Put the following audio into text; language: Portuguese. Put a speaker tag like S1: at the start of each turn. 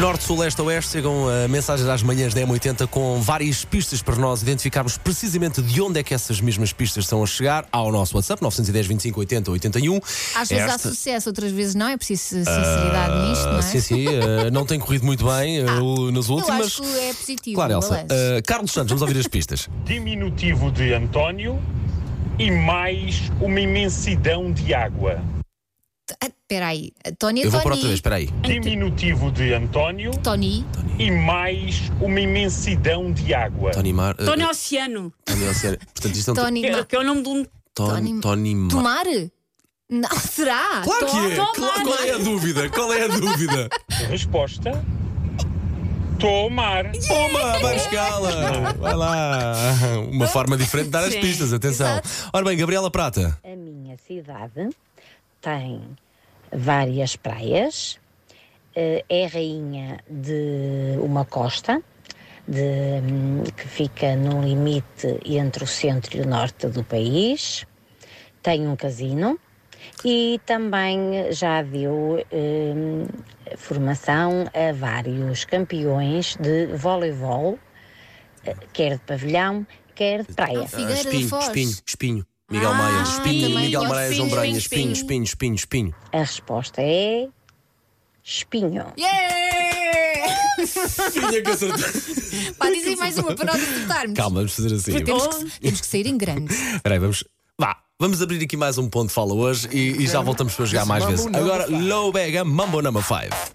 S1: Norte, Sul, Leste, Oeste chegam eh, mensagens às manhãs da M80 com várias pistas para nós identificarmos precisamente de onde é que essas mesmas pistas estão a chegar ao nosso WhatsApp 910 25 80 81.
S2: Às vezes há
S1: Esta-
S2: sucesso, outras vezes não. É preciso sinceridade nisto, não
S1: Ah,
S2: é? Ah,
S1: Sim, sim, eh, não tem corrido muito bem eh, o- nas
S2: Eu
S1: últimas.
S2: acho que é positivo.
S1: Claro,
S2: um
S1: Elsa.
S2: balanço.
S1: Eh, Carlos Santos, vamos ouvir as pistas.
S3: diminutivo de António e mais uma imensidão de água.
S2: Ah, Espera aí. Tony é
S1: Eu vou para outra
S2: Tony.
S1: vez, espera aí.
S3: Diminutivo de António
S2: Tony.
S3: e mais uma imensidão de água.
S1: Tony Mar. eh,
S4: Tony Oceano,
S1: Tony Oceano. Portanto, isto não tem-
S2: Tony.
S4: que é- que é o nome de um.
S1: Tony,
S2: Tony-
S1: Tony Mar.
S2: Tomar? Não, será?
S1: Claro que
S2: Tom-
S1: é! Claro, qual é a dúvida? Qual é a dúvida?
S3: Resposta: tomar.
S1: Toma, vai buscá-la! Vai lá! Uma forma diferente de dar as
S4: Sim,
S1: pistas, atenção.
S2: exato.
S1: Ora bem, Gabriela Prata.
S5: A minha cidade tem várias praias, eh, é rainha de uma costa de, hum, que fica no limite entre o centro e o norte do país, tem um casino e também já deu hum, formação a vários campeões de voleibol, eh, quer de pavilhão, quer de praia.
S2: Ah, Figueira da
S1: espinho,
S2: Foz.
S1: espinho, espinho. Miguel
S4: Ah,
S1: Maia, espinho,
S4: também
S1: Miguel
S4: pode
S1: Maia,
S4: ser,
S1: João Branha, espinho,
S4: espinho,
S1: espinho, espinho, espinho.
S5: A resposta é espinho.
S1: é.
S2: Yeah!
S1: Tinha que acertar.
S2: Pá, dizem mais uma para nós executarmos.
S1: Calma, vamos fazer assim. Espera
S2: Temos que, temos que sair em grande.
S1: aí, vamos. Vá, vamos abrir aqui mais um ponto de fala hoje e, e já voltamos para jogar mais vezes. Agora, Low Bega Mambo Number 5.